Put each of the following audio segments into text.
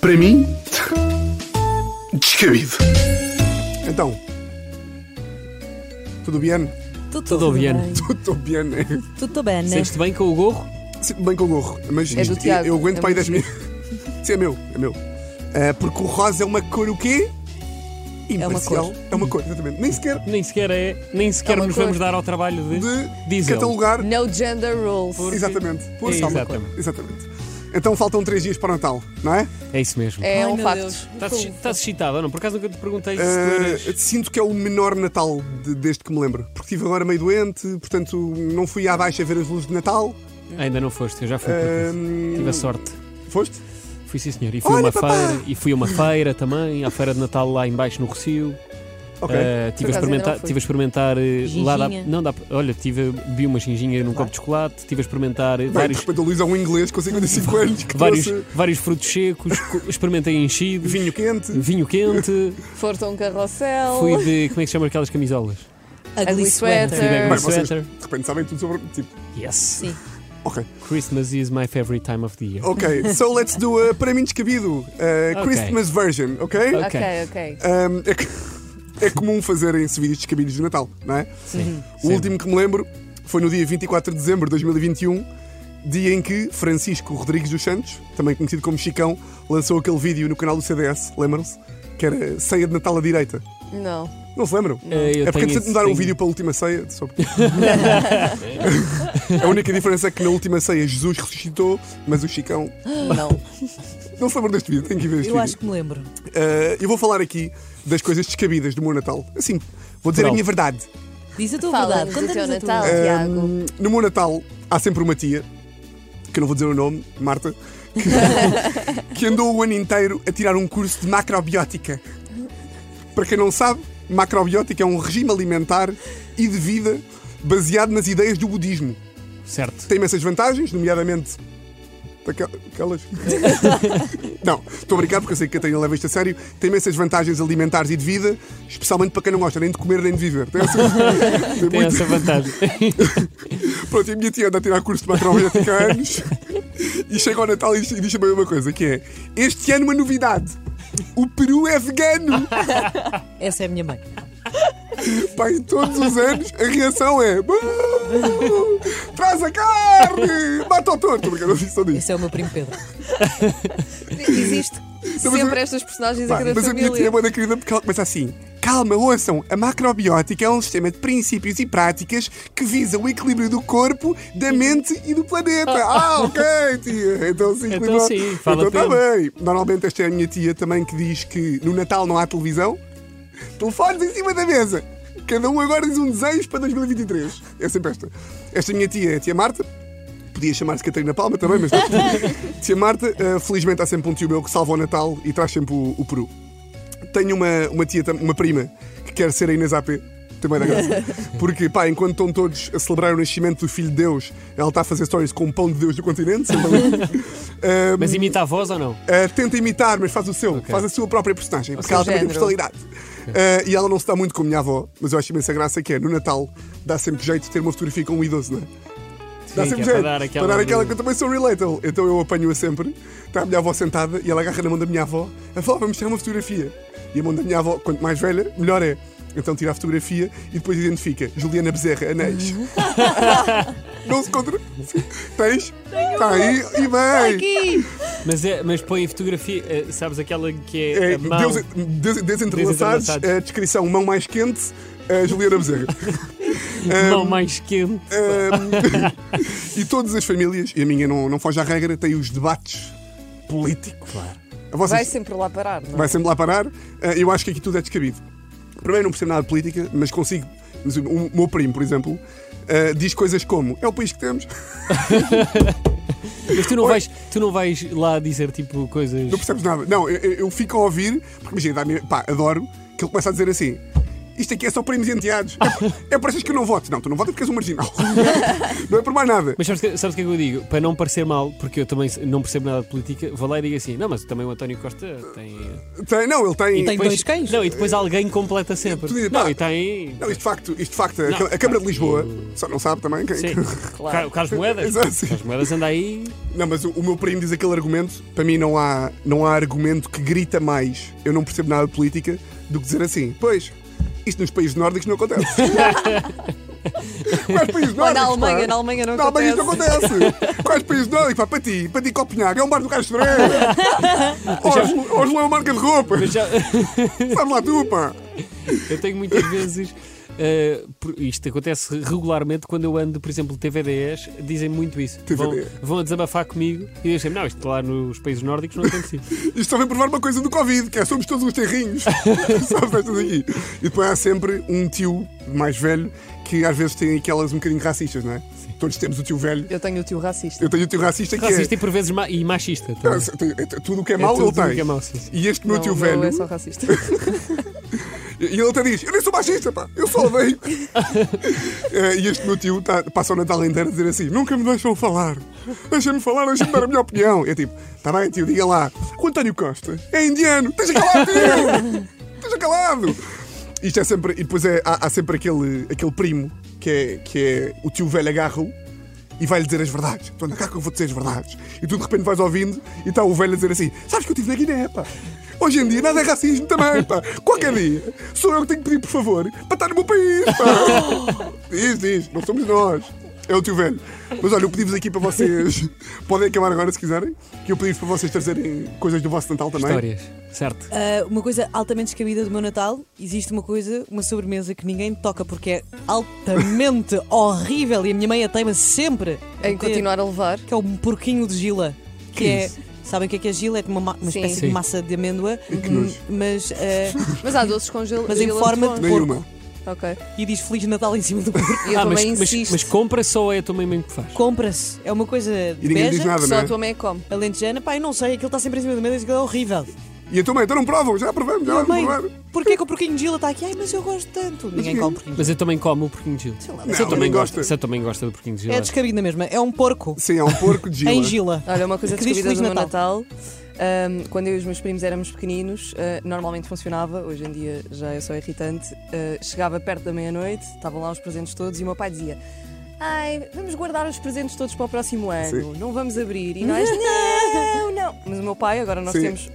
Para mim, descabido. Então, tudo bem? Tudo bem. Tudo bem, né? Tudo bem, né? Sentes-te bem com o gorro? Sim, bem com o gorro, mas É do isto- eu, Tiago, eu aguento é para aí muito 10 minutos. Sim, é meu, é meu. Ah, porque o rosa é uma cor o quê? uma Imparcial. cor. É uma cor, exatamente. Nem sequer Nem sequer é. Nem sequer É uma nos cor. vamos dar ao trabalho de. de Diz ele. catalogar. No gender rules. Por- Exatamente. Por É, só uma exatamente. cor. Exatamente. Então faltam 3 dias para o Natal, não é? É isso mesmo. É Ai, um meu facto. Deus. Tá Estás estás excitada, não? Por acaso nunca te perguntei se tu Ah, eras. sinto que é o menor Natal de- desde que me lembro. Porque estive agora meio doente, portanto não fui à baixa ver as luzes de Natal. Ainda não foste, eu já fui. por acaso. Ah, Tive a sorte. Foste? Fui sim, senhor. E fui a Olha, uma papá! feira, e fui a uma feira também, à feira de Natal lá em baixo no Rocio. Ok. Ah, tive, a Por acaso ainda experimentar, não fui. tive a experimentar eh, lá da, Ginginha. não dá, olha, tive vi uma ginginha num copo de chocolate, tive a experimentar eh, Bem, de vários repente o Luís é um inglês com 55 anos que vários trouxe vários frutos secos, co- experimentei enchidos, vinho quente. vinho quente, Foste a um carrossel. fui de como é que se chamam aquelas camisolas? Ugly Ugly sweater. sweater. Fui de Bem, ugly vocês sweater. de repente sabem tudo sobre. Tipo, Yes. Sim. ok. Christmas is my favorite time of the year. Ok, so let's do uh, para mim descabido. uh, Ok. Christmas version, ok? Ok, ok. Um, é, que- é comum fazerem-se vídeos descabidos de Natal, não é? Uhum. Sim. O último que me lembro foi no dia 24 de dezembro de 2021, dia em que Francisco Rodrigues dos Santos, também conhecido como Chicão, lançou aquele vídeo no canal do CDS, lembram-se? Que era Ceia de Natal à Direita. Não. Não se lembram? Eh, eu é porque tenho antes de esse- mudar um tenho- vídeo para a última ceia. Só... porque- a única diferença é que na última ceia Jesus ressuscitou, mas o Chicão. Não. Não se lembram deste vídeo, tem que ir ver este Eu vídeo. acho que me lembro. Eh, eu vou falar aqui das coisas descabidas do meu Natal. Assim, vou dizer a Pronto. minha verdade. Diz a tua Fala-nos verdade. do teu Conta-nos a tua Natal, verdade. Tiago. Hum, No meu Natal há sempre uma tia, que eu não vou dizer o nome, Marta, que, que andou o ano inteiro a tirar um curso de macrobiótica. Para quem não sabe, macrobiótica é um regime alimentar e de vida baseado nas ideias do budismo. Certo. Tem imensas vantagens, nomeadamente. daquel- Aquelas. não, estou a brincar porque eu sei que a Catarina leva isto a sério. Tem imensas vantagens alimentares e de vida, especialmente para quem não gosta nem de comer nem de viver. Tem essa- tem Tem muito- essa vantagem. Pronto, e a minha tia anda a tirar curso de macrobiótica há anos e chega ao Natal e diz- e diz também uma coisa, que é este ano uma novidade. O Peru é vegano! Essa é a minha mãe. Pai, todos os anos a reação é "Buu! Traz a carne! Mata o torto! Porque eu não disse só disso. Esse é o meu primo Pedro. Existe sempre eu- estas personagens Pá, a cada mas a minha tia é família. boa da querida porque ela começa assim. Calma, ouçam, a macrobiótica é um sistema de princípios e práticas que visa o equilíbrio do corpo, da Uhum. mente e do planeta. Ah, ok, tia. Então sim, Então equilibra- sim, fala Então tá tudo. bem. Normalmente esta é a minha tia também que diz que no Natal não há televisão. Telefones em cima da mesa. Cada um agora diz um desejo para 2023. É sempre esta. Esta minha tia é a tia Marta. Podia chamar-se Catarina Palma também, mas não. Tia Marta, eh, felizmente há sempre um tio meu que salva o Natal e traz sempre o, o Peru. Tenho uma, uma tia, tam- uma prima, que quer ser a Inês AP. Também da graça. Porque, pá, enquanto estão todos a celebrar o nascimento do Filho de Deus, ela está a fazer stories com o pão de Deus do continente, sem valor. Eh, Mas imita a voz ou não? Uh, tenta imitar, mas faz o seu, faz a sua própria personagem, porque ela também tem género. personalidade. Uh, e ela não se dá muito com a minha avó, mas eu acho imensa graça que é no Natal dá sempre jeito de ter uma fotografia com um idoso, não é? Dá Sim, que sempre é jeito. para dar aquela- que eu também sou relatable. Então eu apanho-a sempre, está a minha avó sentada e ela agarra na mão da minha avó, avó, vamos tirar uma fotografia. E a mão da minha avó, quanto mais velha, melhor é. Então tira a fotografia e depois identifica Juliana Bezerra, anéis. não se contra. Tens? Está aí e bem. Mas, é, mas põe em fotografia, eh, sabes aquela que é, É, a mão. Deus, Deus- desentrelaçados, Desentrelaçados. a descrição, mão mais quente, a Juliana Bezerra. eh, mão mais quente. Ahm, e todas as famílias, e a minha não, não foge à regra, têm os debates políticos. A vocês- Vai sempre lá parar, não é? assim. vai sempre lá parar. Ah, Eu acho que aqui tudo é descabido. Primeiro, não percebo nada de política, mas consigo. Mas o o meu primo, por exemplo, ah, diz coisas como: é o país que temos. Mas tu não, Oi. vais, tu não vais lá dizer tipo coisas. Não percebes nada. Não, eu, eu- eu fico a ouvir, porque imagina, dá-me- pá, adoro, que ele começa a dizer assim: Isto aqui é só para isenteados. É, é para achas que eu não voto. Não, tu não votas porque és um marginal. não é por mais nada. Mas sabes, que- sabes o que é que eu digo? Para não parecer mal, porque eu também não percebo nada de política, vou lá e digo assim: não, mas também o António Costa tem. Tem- não, ele tem. Tem- Depois- dois cães? Não, e depois alguém completa sempre. Tu dizes, não, pá, e tem. Não, isto de facto, isto de facto a, Não, Câ- a Câmara de claro, Lisboa, só não sabe também quem. Sim, Claro. Ca- o Carlos Moedas. Exato, sim. Carlos Moedas anda aí. Não, mas o, o meu primo diz aquele argumento. Para mim não há, não há argumento que grita mais. Eu não percebo nada de política do que dizer assim. Pois, isto nos países nórdicos não acontece. Quais países nórdicos? Ou na Alemanha, pá? na Alemanha não Na Alemanha isto não acontece. acontece. Quais países nórdicos? Pá, para ti, para ti Copenhague, é um bar do Carlos Ferreira. Oslo, Oslo é uma marca de roupa. Mas já, Sabe lá tu, pá. eu tenho muitas vezes. eh, por- isto acontece regularmente quando eu ando, por exemplo, TVDs, dizem muito isso. Vão, TVDS. vão a desabafar comigo e dizem não, isto lá nos países nórdicos não é acontece. Isto só vem provar uma coisa do Covid, que é somos todos uns terrinhos. Sabes estas aqui? E depois há sempre um tio mais velho que às vezes tem aquelas um bocadinho racistas, não é? Todos temos o tio velho. Eu tenho o tio racista. Eu tenho o tio racista que Racista é. e por vezes ma- e machista. também. É, é, é, Tudo o que é É mau tudo ele tem. o que é mau, sim, sim. E este meu Não, tio não velho. é só racista. E ele até diz: Eu nem sou machista, pá, eu só odeio. Eh, e este meu tio tá- passa o Natal inteiro a dizer assim: Nunca me deixam falar, deixem-me falar, deixem-me dar a minha opinião. E é tipo: Tá bem, tio, diga lá. O António Costa é indiano, esteja calado, tio, esteja calado. Isto é sempre, e depois é, há, há sempre aquele, aquele primo que é, que é o tio velho agarro e vai-lhe dizer as verdades. Estou na cá que eu vou dizer as verdades. E tu de repente vais ouvindo e está o velho a dizer assim: Sabes que eu estive na Guiné, pá. Hoje em dia nada é racismo também, pá. Qualquer dia sou eu que tenho que pedir, por favor, para estar no meu país, pá. Diz, diz, não somos nós. É o tio velho. Mas olha, eu pedi-vos aqui para vocês. Podem acabar agora se quiserem. Que eu pedi-vos para vocês trazerem coisas do vosso Natal também. Histórias, certo. Ah, uma coisa altamente descabida do meu Natal, existe uma coisa, uma sobremesa que ninguém toca porque é altamente horrível e a minha mãe a teima sempre Em ter, continuar a levar. que é um porquinho de gila. Que, Que é. isso? Sabem o que é que é gila? É uma, ma- uma Sim. espécie Sim. de massa de amêndoa, que hum, nojo. mas, ah, Mas há doces com gelo. mas em gelo forma de de pão. Nenhuma. porco. Ok. E diz Feliz Natal em cima do porco. Ah, E eu Ah, mas, também mas- insisto. mas compra só ou é a tua mãe mesmo que faz. Compra-se. É uma coisa E de ninguém diz beja, nada, não Só a é? tua mãe é que come. alentejana. Pai, não sei, aquilo está sempre em cima da mesa, aquilo é horrível. E a tua mãe, então não provam, já provamos, E já a mãe, provaram. porquê que o porquinho de gila está aqui? Ai, mas eu gosto tanto. Ninguém eu- come porquinho de Mas eu também como o porquinho de gelo. gila. Se eu Não, também ninguém gosto. gosta. Se eu também gosto do porquinho de gelo. É descabido na mesma. É um porco Sim, é um porco de em gila. gila. Olha, uma coisa Que diz descobridora Feliz do meu Natal. ahm, quando eu e os meus primos éramos pequeninos, ah, normalmente funcionava, hoje em dia já é só irritante. ah, chegava perto da meia-noite, estavam lá os presentes todos e o meu pai dizia: Ai, vamos guardar os presentes todos para o próximo ano, não vamos abrir. E nós, não, não. Mas o meu pai, agora nós Sim. temos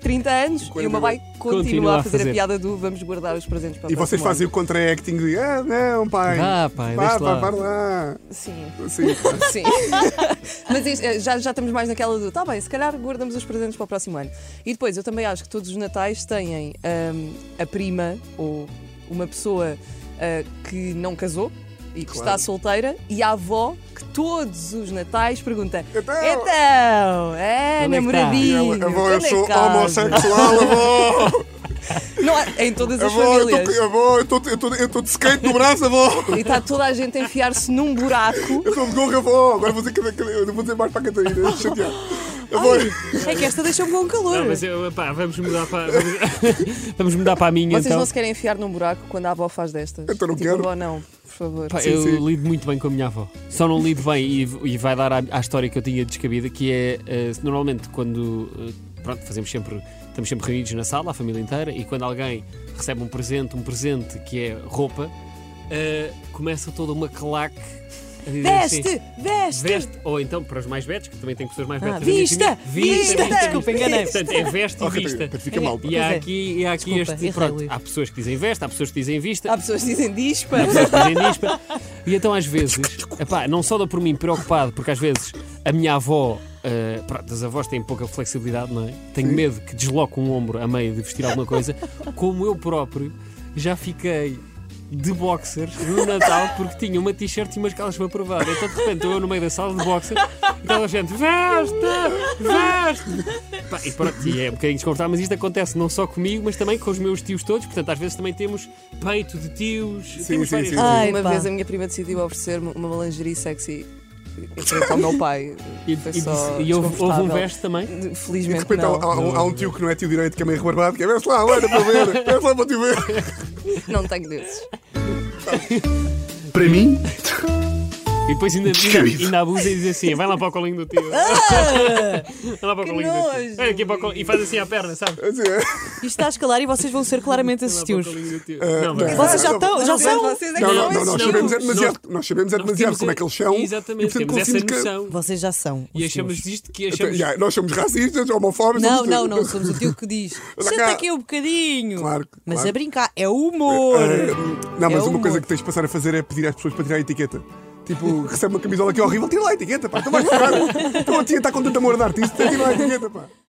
30 anos, e o meu pai continua, a, fazer a piada do vamos guardar os presentes para o E vocês próximo fazem o contra-acting de Ah, não, pai. Ah, pai, Pá, deixa pá, lá. para lá. ano. Sim. Sim, pá. Sim. Mas isto, eh, já, já estamos mais naquela do, tá bem, se calhar guardamos os presentes para o próximo ano. E depois, eu também acho que todos os natais têm ahm, a prima ou uma pessoa ah, que não casou e que Claro. está solteira e a avó que todos os natais pergunta Então, então, é, Onde é que E namoradinho, ela, avó, eu quando é sou que casa?" homossexual, avó. Não, há- em todas as Avó, eu famílias. tô- avó, eu tô- eu tô- eu estou de skate no braço, avó. E está toda a gente a enfiar-se num buraco. Eu estou de gorra, avó. Agora vou dizer, que- que- eu vou dizer mais para a Catarina, chateado. Avó, É que esta deixa-me com calor. Não, mas eu, pá, vamos mudar para. Vamos, vamos mudar para a minha Vocês então. não se querem enfiar num buraco quando a avó faz destas? Então não tipo, quero. avó, não, por favor. Pá, Sim, eu sim. lido muito bem com a minha avó. Só não lido bem e, e vai dar à, à história que eu tinha descabida, que é eh, normalmente quando eh, pronto, fazemos sempre, estamos sempre reunidos na sala, a família inteira, e quando alguém recebe um presente, um presente que é roupa, eh, começa toda uma claque a dizer assim, Veste! Veste! Ah, Veste, ou então para os mais betos, que também tem pessoas mais betas. vista, vista, vista, vista. desculpa, enganei-me. Portanto, é veste Oh, e Catarina, vista. fica mal. pá. E há Pois é. aqui, e há aqui Desculpa, este. errei, Pronto, Luís. há pessoas que dizem veste, há pessoas que dizem vista, Há pessoas que dizem dispa. pessoas que dizem dispa. E então, às vezes, epá, não só dou por mim preocupado, porque às vezes a minha avó. eh, pronto, as avós têm pouca flexibilidade, não é? Tenho medo que desloque um ombro a meio de vestir alguma coisa, como eu próprio já fiquei de boxers no Natal porque tinha uma t-shirt e umas calças para provar. Então de repente estou eu no meio da sala de boxers e toda a gente veste, veste. Pá, e pronto, e é um bocadinho desconfortável, mas isto acontece não só comigo, mas também com os meus tios todos. Portanto, às vezes também temos peito de tios, Sim, temos sim, várias sim, coisas. Ai, uma pá. vez a minha prima decidiu oferecer-me uma lingerie sexy em frente ao meu pai. E, e, Ah, Foi disse- e só houve, houve um desconfortável. verso também? E de Felizmente repente há, não. há- há um- há um tio que não é tio direito, que é meio rebarbado, que é vê-se lá, olha para ver, vê-se lá para te ver. Não tenho desses. Para mim, E depois ainda, ainda, Descabido. ainda abusa e diz assim: vai lá para o colinho do tio. vai lá para o Ah! que colinho do tio. nojo. Vai aqui para o colinho. E faz assim à perna, sabe? assim, é. Isto está a escalar e vocês vão ser claramente Vai lá para o assistidos. colinho do tio. Ah, Não, mas- não. Vocês já estão, já Não, são. vocês é que não, não, são não, nós assim. esses sabemos é tios. demasiado, nós sabemos é Nós demasiado temos como é a- que eles são. Exatamente, e, portanto, temos essa confirmo que- noção. Vocês já são. E os achamos tios. disto que achamos. Ya, nós somos racistas, homofóbicos. Não, somos tudo. não, não, somos o tio que diz. Senta aqui um bocadinho. Claro, Mas claro. a brincar, é humor. Ah, não, É mas uma humor. coisa que tens de passar a fazer é pedir às pessoas para tirar a etiqueta. Tipo, recebe uma camisola que é horrível, tira lá a etiqueta, pá. Então vais pagar. Então a tia está com tanto amor de artista, tira lá a etiqueta, pá.